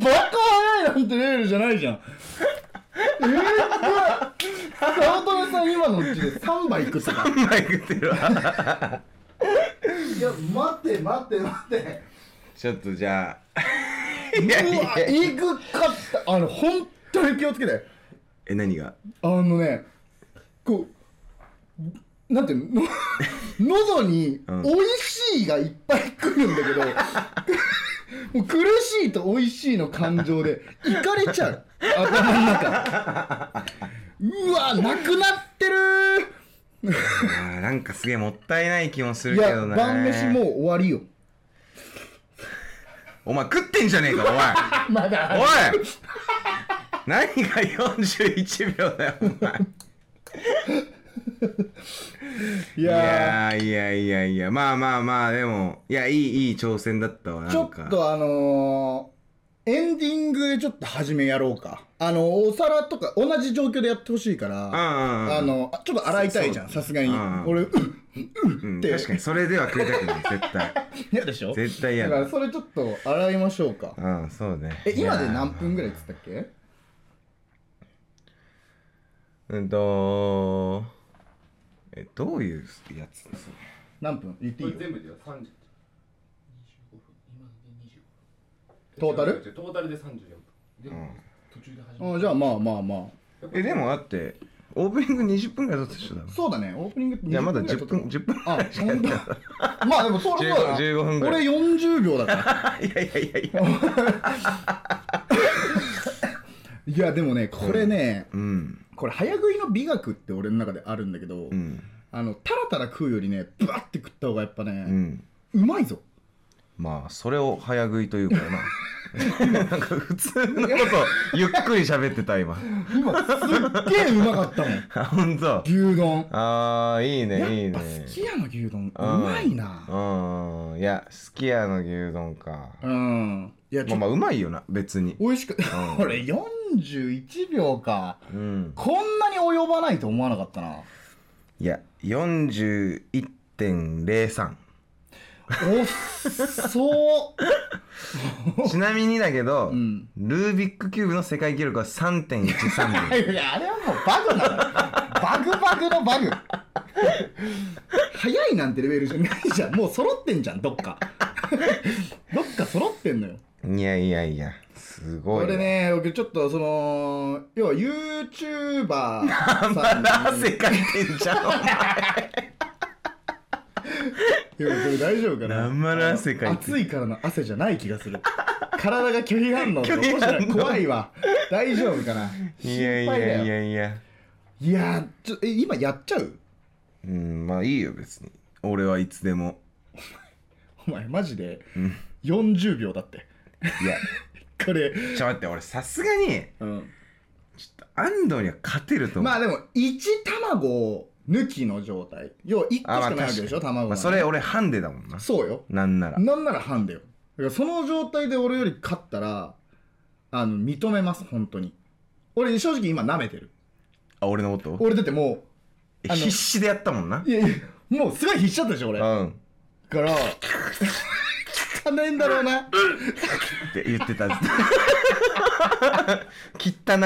バカ早いなんてレベルじゃないじゃんえー、すごい早乙女さん今のうちで3杯いくとか い枚食ってるわ。いや待って待って待ってちょっとじゃあ。いやいうわやえぐかったあの本当に気をつけてえ、何があのねこうなんていうの 喉に「ん美味しい」がいっぱい来るんだけど もう苦しいと美味しいの感情でいかれちゃう頭の中うわなくなってるあーなんかすげえもったいない気もするいけやどな。晩飯もう。終わりよお前食ってんじゃねえか、まおいだおい何が41秒だよ、お前。いいややいやいやいや、まあまあまあ、でも、いや、いい、いい挑戦だったわ、なんーか。ちょっとあのーエンディングでちょっと始めやろうかあのお皿とか同じ状況でやってほしいからうんうんうん。あのあちょっと洗いたいじゃんそさすがにうん俺うんうん、て確かに、それでは食いたくない、絶対。 嫌でしょだ絶対嫌からだ。それちょっと洗いましょうかうん、そうね。え今いでや何分ぐらいっつったっけうんとえ、どういうやつです何分言っていこいれよ全部で30 25分トータル違う違うトータルで34分で、ん途中で始まあじゃあまあまあまあえ、でもだって、オープニング20分ぐらい撮ってたでしょ多分そうだねオープニングっていやまだ20ぐら10い分撮っ10分たあ本 当まあでもそろそろだな15分ぐら俺40秒だからいやいやいやいやいやでもねこれねうんこれ早食いの美学って俺の中であるんだけど、うんあのタラタラ食うよりねブワッて食った方がやっぱうね、んうまいぞまあそれを早食いというからな なんか普通のことゆっくり喋ってた今今すっげえうまかったもんあ本当。牛丼あーいいやねいいっねぱすき家の牛丼ううんまいなうんいやすき家の牛丼かうんいやちまょあっまとあうまいよな別に美味しくん これ41秒かうんこんなに及ばないと思わなかったないや41.03おっそちなみにだけど、うんルービックキューブの世界記録は3.13秒ーいやあれはもうバグなのバグバグのバグ早いなんてレベルじゃないじゃんもう揃ってんじゃんどっかどっか揃ってんのよいやいやいやすこごいわれね僕ちょっとその要は YouTuber さんにまだ汗かいてん じゃんお前いやこれ大丈夫かな生の汗かいてる暑いからの汗じゃない気がする体が拒否反応で 拒起否こし反応たら怖いわ大丈夫かないやい心配だよやいやいやいやーちょえ今やっちゃううんまあいいよ別に俺はいつでもお前マジで40秒だっていやこれ、ちょっと待って俺さすがに安藤には勝てると思う、まあでも1卵抜きの状態要は1個しあまあかないわけでしょ確かに卵まがあ、それ俺ハンデだもんなそうよなんならなんなら半だよだからその状態で俺より勝ったらあの認めます本当に俺正直今舐めてるあ俺のこと俺だってもえあの必死でやったもんなういやいやもうすごい必死だったでしょう俺だんっから汚ねえんだろうなて言って た汚かったよ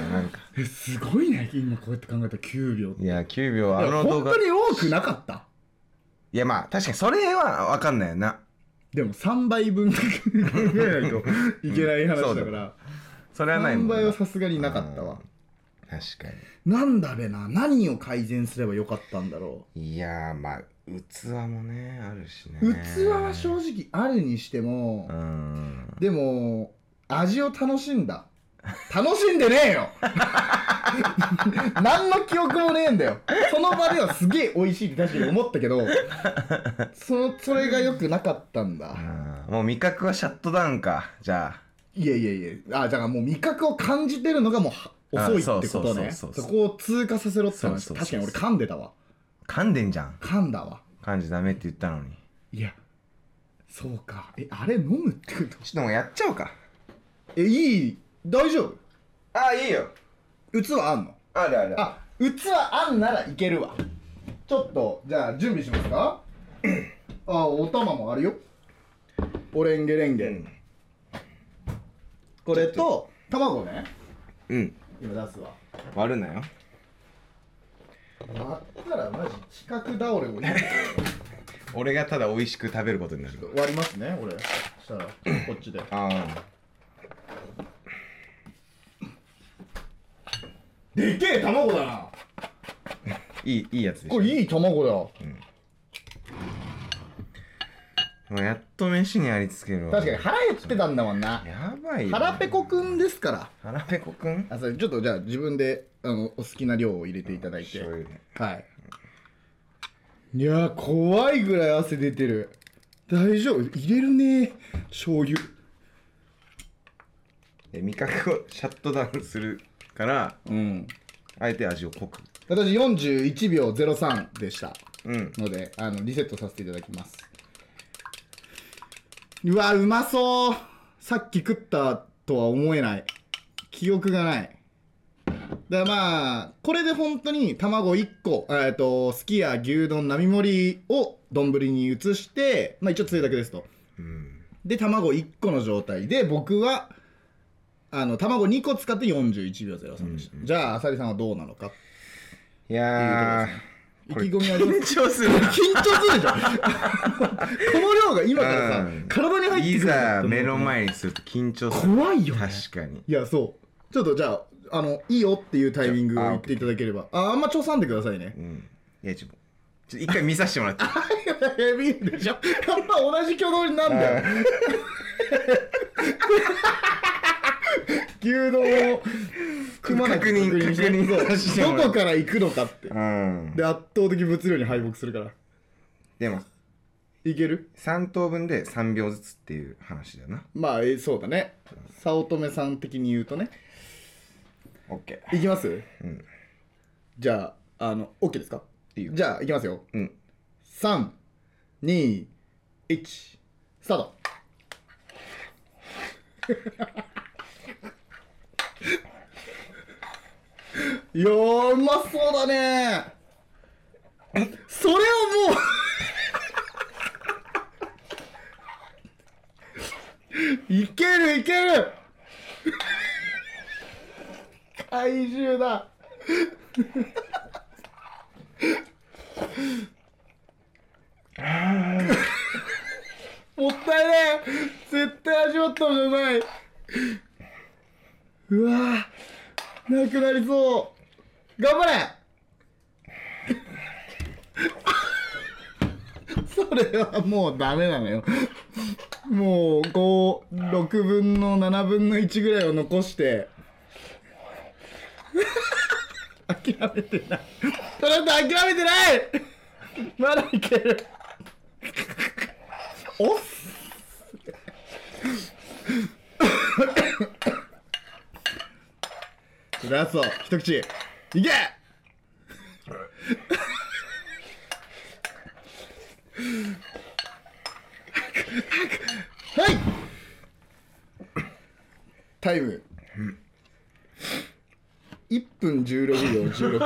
なんかえすごいね今こうやって考えたら9秒いや9秒あいやの動本画当に多くなかったいやまあ確かにそれは分かんないよなでも3倍分考え ないといけない話だうかんそうだら、それはないも3んな倍は確さすがになかったわかなんだべな何を改善すればよかったんだろにいやーまあ器もねあるしねう器は正直あるにしてもうんでも味を楽しんだ楽しんでねえよ 何の記憶もねえんだよその場ではすげえ美味しいって確かに思ったけどそのそれが良くなかったんだあーもう味覚はシャットダウンかじゃいやいやいやあだからもう味覚を感じてるのがもうはあ遅いってこそうそうとそうねそそうそうこを通過させろって話そうそうそう確かに俺噛んでたわあ噛んでんじゃん噛んだわ噛んじゃダメって言ったのにいやそうかえあれ飲むってことちょっともうやっちゃおうかえいい大丈ああいいよ夫器あんのあるあるあ器あんならいけるわちょっとじゃあ準備します かあお玉もあるよオレンゲレンゲ、これと卵ねうん今出すわ割るなよ割ったらマジ四角倒れ もいい俺がただ美味しく食べることになる割りますね俺そした らこっちでああでけえ卵だないいいいやつでしょこれいい卵だもうやっと飯にありつけるわ確かに腹減ってたんだもんなやばいよ腹ペコくんですから腹ペコくんあそれちょっとじゃあ自分であのお好きな量を入れていただいて醤油ねはいいやー怖いぐらい汗出てる大丈夫入れるね醤油で味覚をシャットダウンするからうんあえて味を濃く私41秒03でしたうんのであのリセットさせていただきますうわうまそうさっき食ったとは思えない記憶がないだからまあこれで本当に卵1個えっとすき家牛丼並盛りを丼に移してまあ一応つゆだけですとうんで卵1個の状態で僕はあの卵2個使って41秒03でした、じゃああさりさんはどうなのかっていいうところでやすね意こ気れ込みありますー緊張 するな緊張するでしょこの量が今からさ、うん体に入っていくるんだざって思うと目の前にすると緊張する怖いよね確かにいやそちょっとじゃあ、あの、いいよっていうタイミングを言っていただければ。あ、あんまちょさんでくださいねう。ん。いや、ちょっとちょっと一回見させても らって。ヘビーでしょ。あんま同じ挙動になんだよ。牛丼を組まなく確認確認してもそうらうどこから行くのかって。うん。で、圧倒的物量に敗北するから。でも、いける3等分で3秒ずつっていう話だよな。まあ、えーそうだね。早乙女さん的に言うとね。オッケいきますうんじゃあ、あの、OK ですかー。いいよ。じゃあ、いきますよ。うん。 3、2、1、スタート。 いやー、うまそうだねそれはもう いけるいける怪獣だもったいねえ絶対味わったのじゃないうわーなくなりそう頑張れそれはもうダメなのよもう56分の7分の1ぐらいを残して諦めてないそれだ諦めてないまだいけるおっそりゃそう一口いけはいタイム1分16秒16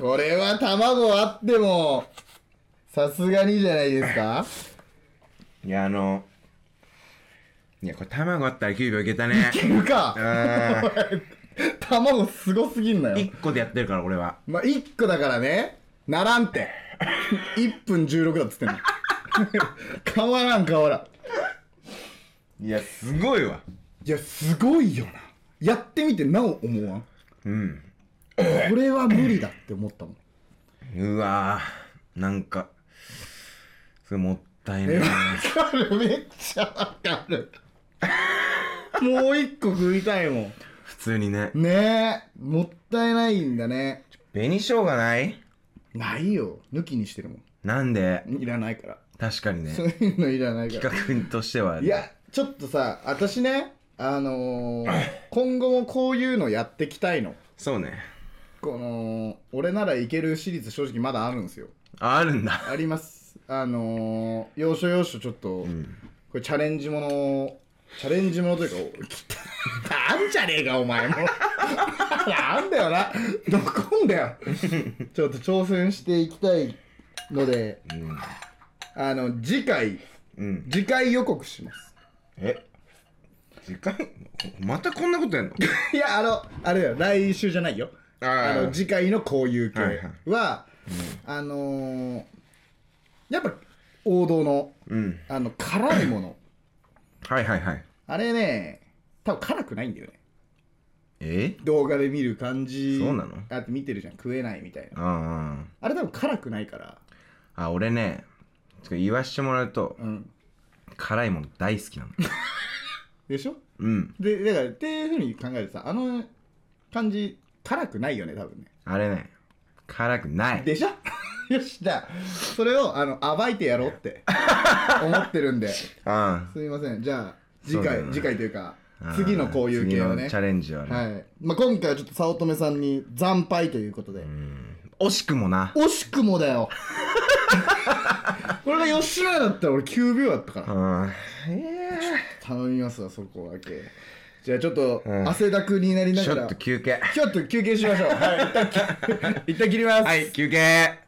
これは卵あってもさすがにじゃないですかいや、あの、いや、これ卵あったら9秒いけたね。いるかあー卵すごすぎんなよ1個でやってるから、俺は。まあ、1個だからねならんて1分16だっつってんの変わらん変わらんいや、すごいわ。いやすごいよなやってみてなお思わんうん。これは無理だって思ったもんうわーなんかすごいもったいないわかるめっちゃわかるもう一個食いたいも普通にねんねえもったいないんだね紅生姜ないないよ抜きにしてるもなんでんいらないから確かにねそういうのいらないから企画としては、いやちょっとさ私ねあのー、 今後もこういうのやってきたいのそうねこの俺ならいけるシリーズ正直まだあるんですよああるんだありますあのー、要所要所ちょっと、これチャレンジものチャレンジものというかおきたあんじゃねえかお前も あんだよなどこんだよちょっと挑戦していきたいので、あの次回うん次回予告しますえ時間またこんなことやんのいやあのあれだよ来週じゃないよあ ああの次回のこういう系は、はいはいあのーやっぱ王道のうんあの辛いものはいはいはいあれね多分辛くないんだよねえ動画で見る感じそうなのあと見てるじゃん食えないみたいなああれ多分辛くないからああ俺ねちょっと言わしてもらうとうん辛いもの大好きなのでしょうんでだからっていうふうに考えるとさあの感じ辛くないよね多分ねあれね辛くないでしょ よしじゃあそれをあの暴いてやろうって思ってるんであすみませんじゃあそ次うだ回、よね次回というかあ次のこういう系を次ねのチャレンジはね、はいまあ、今回はちょっと早乙女さんに惨敗ということで、惜しくもな惜しくもだよこれが吉野家だったら俺9秒だったからうん頼みますわそこだけじゃあちょっとうん汗だくになりなちがょら、っと休憩。ちょっと休憩しましょうはい一旦き 一旦切ります、 はい、休憩。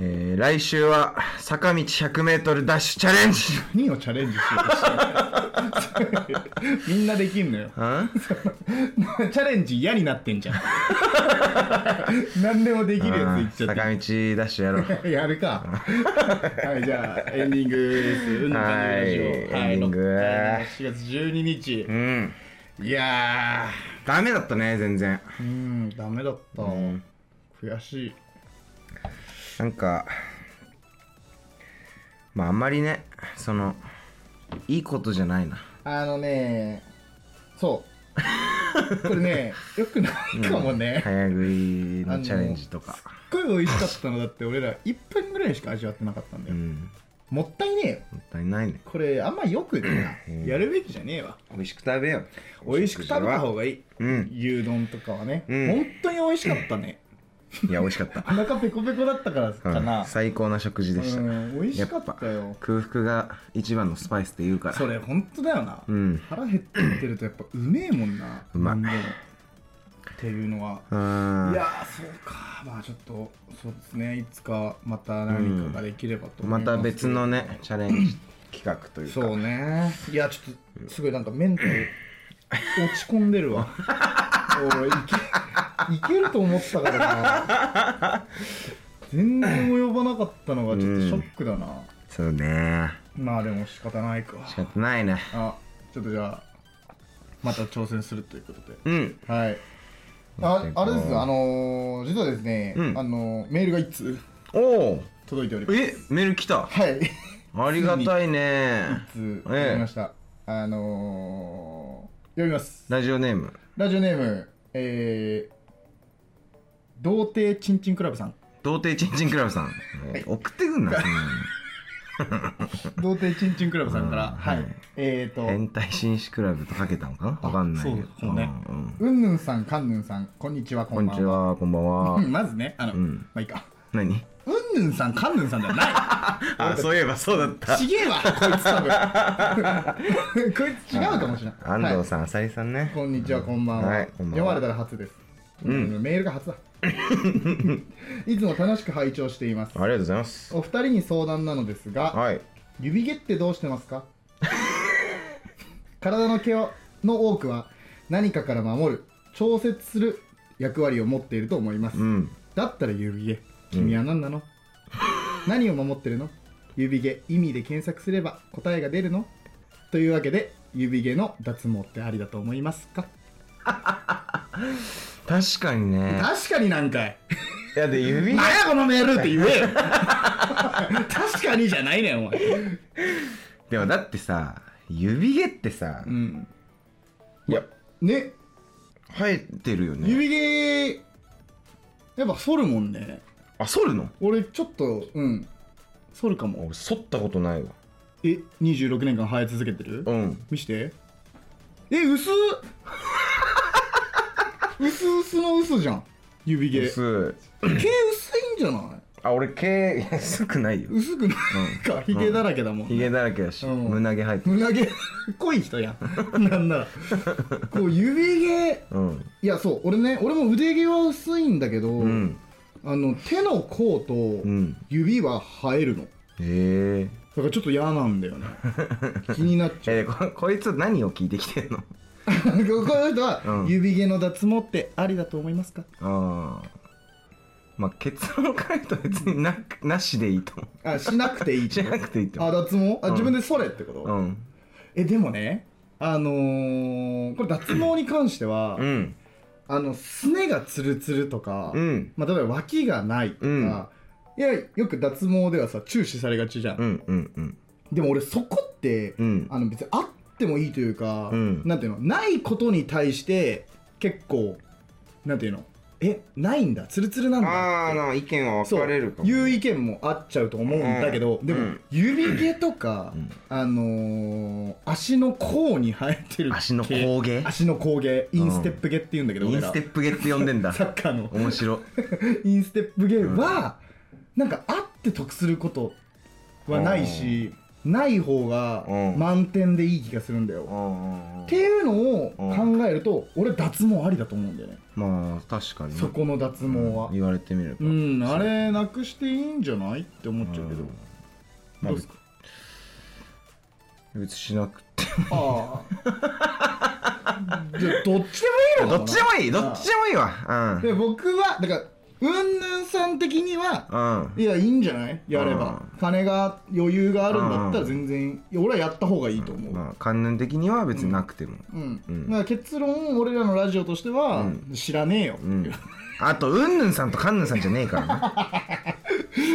えー来週は坂道 100m ダッシュチャレンジ何をチャレンジしようとしてるみんなできんのよ チャレンジ嫌になってん じゃん何でもできるやついっちゃ坂道ダっッシュやろう てやるかはいじゃあエンディングです運の種ラジオはいエンディングはい6 4月12日うんいやダメだったね全然ーうんダメだった、ん悔しいなんかまああんまりねそのいいことじゃないなあのねそう これねよくないかもね、早食いのチャレンジとかすっごい美味しかったのだって俺ら1分ぐらいしか味わってなかったんだうよ、んもったいねえよもったいないねこれあんまよくねうんやるべきじゃねえわ美味しく食べよう美味しく食べた方がいいうん牛丼とかはね、うん本当に美味しかったね、いや美味しかったお腹ペコペコだったから かう、なん最高な食事でしたうん美味しかったよ空腹が一番のスパイスって言うからそれ本当だよな、うん腹減ってるとやっぱうめえもんなうまいなんでもっていうのは、うんいやーそうかまあちょっとそうですねいつかまた何かができればと思いま、ますた別のねチャレンジ企画というかそうねいやちょっとすごいなんかメンタル落ち込んでる わおいいけいけると思ったからな全然及ばなかったのがちょっとショックだな、そうねまあでも仕方ないか仕方ないねあちょっとじゃあまた挑戦するということでうんはいやってあいこうあれですあのー、実はですね、うんあのーメールが1通おお届いておりますえメール来た はいありがたいね1通届きました、あのー、読みますラジオネームラジオネーム、えー、童貞ちんちんクラブさん。童貞ちんちんクラブさん、もう送ってくんなそんなの童貞ちんちんクラブさんかうら、んははいい。えーと、変態紳士クラブとかけたのかなわかんないけどそうそうねうんうんうんぬんさん、かんぬんさん、こんにちは、ここんんにばちんは。はこんばんはうんまずね、あの、うんまあいいか。何うんぬんさん、かんぬんさんではなあそういえばそうだっい。ちげえわ、こいつ多分。こいつ違うかもしれない。安藤ん。さん、あさりさんねこんにちは、こんばんは。はいこんばんは読まれたら初です。うん、メールが初 だ。いつも楽しく拝聴していますあ。りがとうございますお二人に相談なのですが、はい指毛ってどうしてますか 体の毛の多くは何かから守る調節する役割を持っていると思います、うんだったら指毛君は何なの、何を守ってるの指毛意味で検索すれば答えが出るのというわけで指毛の脱毛ってありだと思いますか確かにね確かになんかいいやで指何やこのメールって言 えよ確かにじゃないねんお前でもだってさ指毛ってさ、うんいやね生えてるよね指毛やっぱ剃るもんねあ剃るの俺ちょっとうん剃るかも俺剃ったことないわえ26年間生え続けてるうん見してえ薄っ 薄薄の薄じゃん指毛毛薄薄いいんじゃないあ俺毛いや薄くないよ薄くないかひげだらけだもん、ひげだらけだし、うん胸毛生えてる胸毛濃い人やんなんならこう指毛うんいやそう俺ね俺も腕毛は薄いんだけど、うんあの手の甲とうん指は生えるの、へえだからちょっと嫌なんだ よね気になっちゃう えここいつ何を聞いてきてんの こういう人は、うん指毛の脱毛ってありだと思いますかああまあ結論から言うと別になくなしでいいと思あしなくていいうしなくていいとあ思う脱毛あ、うん自分でそれってこと、うんえでもねあのー、これ脱毛に関しては、うんあのすねがツルツルとか、うんまあ、例えば脇がないとか、うんいやよく脱毛ではさ注視されがちじゃん、うんうんうんでも俺そこって、うんあの別にあってもいいというか、うんなんていうのないことに対して結構なんていうのえないんだツルツルなんだあっあてな意見は分そかうれるかもいう意見もあっちゃうと思うんだけど、うんでも、うん指毛とか、うんあのー足の甲に生えてる毛足の工芸足の甲毛インステップ毛って言うんだけど、イ俺ンらステップゲって呼んで んだサッカーの面白 インステップ毛は、なんかあって得することはないしない方がうん満点でいい気がするんだよ、うっんうんうんていうのをうん考えると、俺脱毛ありだと思うんだよね、まあ確かにねそこの脱毛はうん言われてみればう、ん、あれなくしていいんじゃないって思っちゃうけど、うんどまあうですか別にしなくてあ あじゃあどっちでもいいのかなどっちでもいいどっちでもいいわで僕はだからうんぬんさん的にはうんうんいやいいんじゃないやれば金が余裕があるんだったら全然いや俺はやった方がいいと思う、まあ観念的には別になくても、うんうんだから結論俺らのラジオとしては、うん知らねえよってういんう、あとうんぬんさんとかんぬんさんじゃねえから ね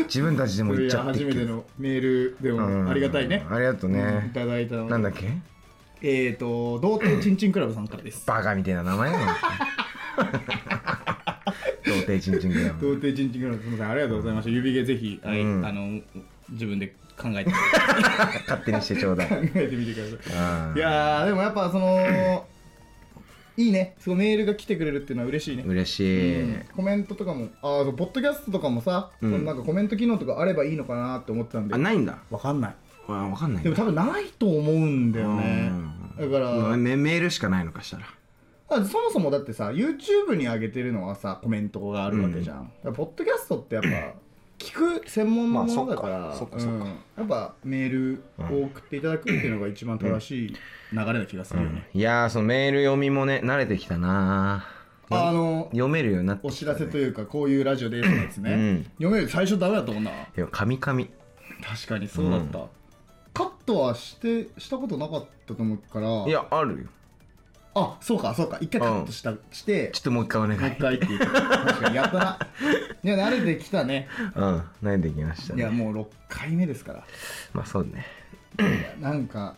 自分たちでもこ言れっいちやゃって初るめけてどのメールでうんもありがたいね、ありがとううんいね、ただいたのでなんだっけえっ、ー、と童貞ちんちんクラブさんからですバカみたいな名前や ねん童貞ちんちんグラ童ム貞ちんちんクラブさんすみませんありがとうございました指毛ぜひ、はいうんあの自分で考えて考勝手にしてちょうだいえてみてくださいあいやーでもやっぱそのいいねすごいメールが来てくれるっていうのは嬉しいね、嬉しい、うんコメントとかもああポッドキャストとかもさ、うんそのなんかコメント機能とかあればいいのかなって思ってたんであないんだわかんないわわかんないでも多分ないと思うんだよねうだんから、メメールしかないのかしたらあそもそもだってさ YouTube に上げてるのはさコメントがあるわけじゃん、だからポッドキャストってやっぱ聞く専門のものだから、まあそっかそっかそっかうんやっぱメールを送っていただくっていうのが一番正しい流れな気がするよね、いやーそのメール読みもね慣れてきたなあの読めるようになっておき知たねらせというかこういうラジオですのやつね、うん読める最初ダメだったもんないやカミカミ確かにそうだった、カットはしてしたことなかったと思うからいやあるよあそうかそうか一回カットした、してちょっともう一回お願いもう一回って言ってた確かにやった ないや慣れてきたねうん慣れてきましたいやねもう6回目ですからまあそうねいやなんか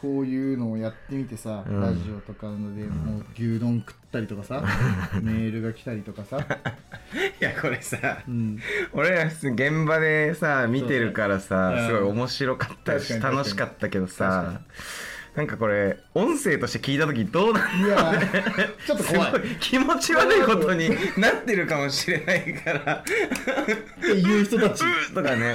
こういうのをやってみてさ、うんラジオとかのでもう牛丼食ったりとか さ、メールが来たりとかさ、いやこれさうん、 俺ら普通に現場でさ見てるからさ、うんすごい面白かった確しかに確かに楽しかったけどさなんかこれ音声として聞いた時どうなんいやちょっとすご怖いい気持ち悪いことになってるかもしれないからっていう人たち「 とかね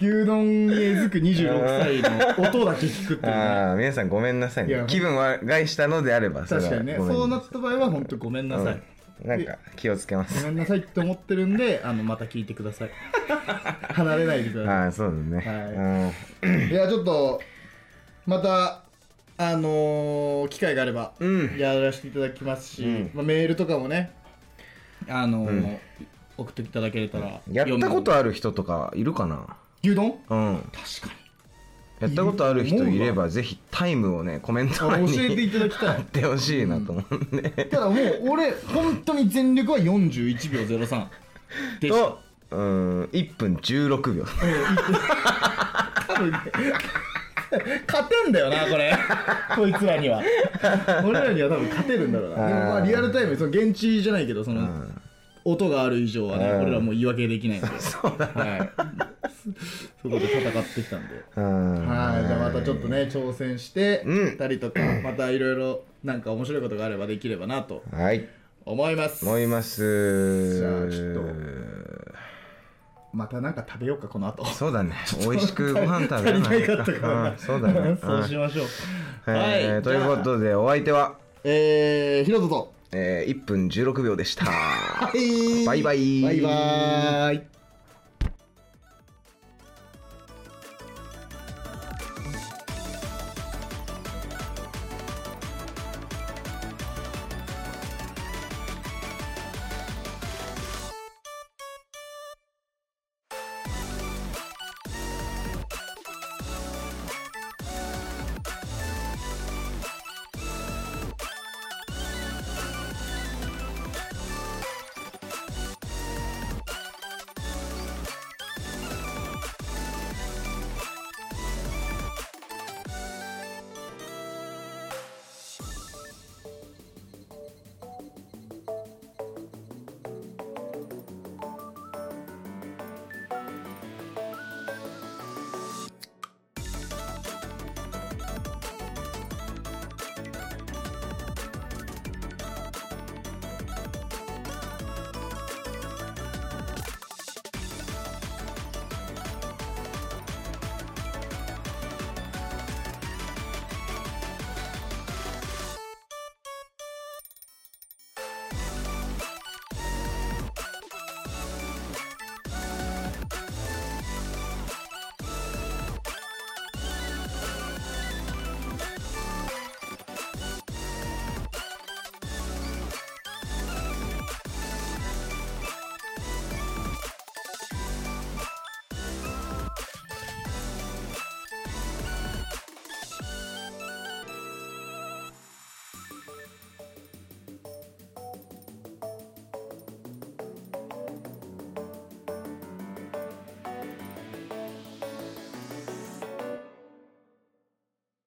牛丼にえずく26歳の音だけ聞くっていうねあー皆さんごめんなさいいねや気分は害したのであれば確かにねごめんそうなった場合は本当ごめんなさい、うんなんか気をつけまごすめんなさいって思ってるんであのまた聞いてくだ さい離れないでくだああそうだね、はうんさいいやちょっとまたあのー機会があればうんやらせていただきますし、うんまあ、メールとかもねあのー送っていただけれたらやったこ読むとある人とかいるかな牛丼うん確かやったことある人いればぜひタイムをねコメント欄にに教えていただきたい やってほしいなと思うんで、ただもう俺本当に全力は41秒03でしたとうん1分16秒多分ね勝てんだよなこれ こいつらには俺らには多分勝てるんだろうなでもまあリアルタイムその現地じゃないけどその、ん音がある以上はねうん俺らもう言い訳できないんでそうだはい、 そこで戦ってきたんでうんはいじゃあまたちょっとね挑戦してうんたりとか、またいろいろなんか面白いことがあればできればなとはい思います思いますじゃあちょっまたなんか食べようかこの後そうだね美味しくご飯食べ足りなないかったからなうんそうだねそうしましょう、うんはいえーというこじゃあとでお相手は、えー、ひろととえー、1分16秒でしたババイバイバイバイ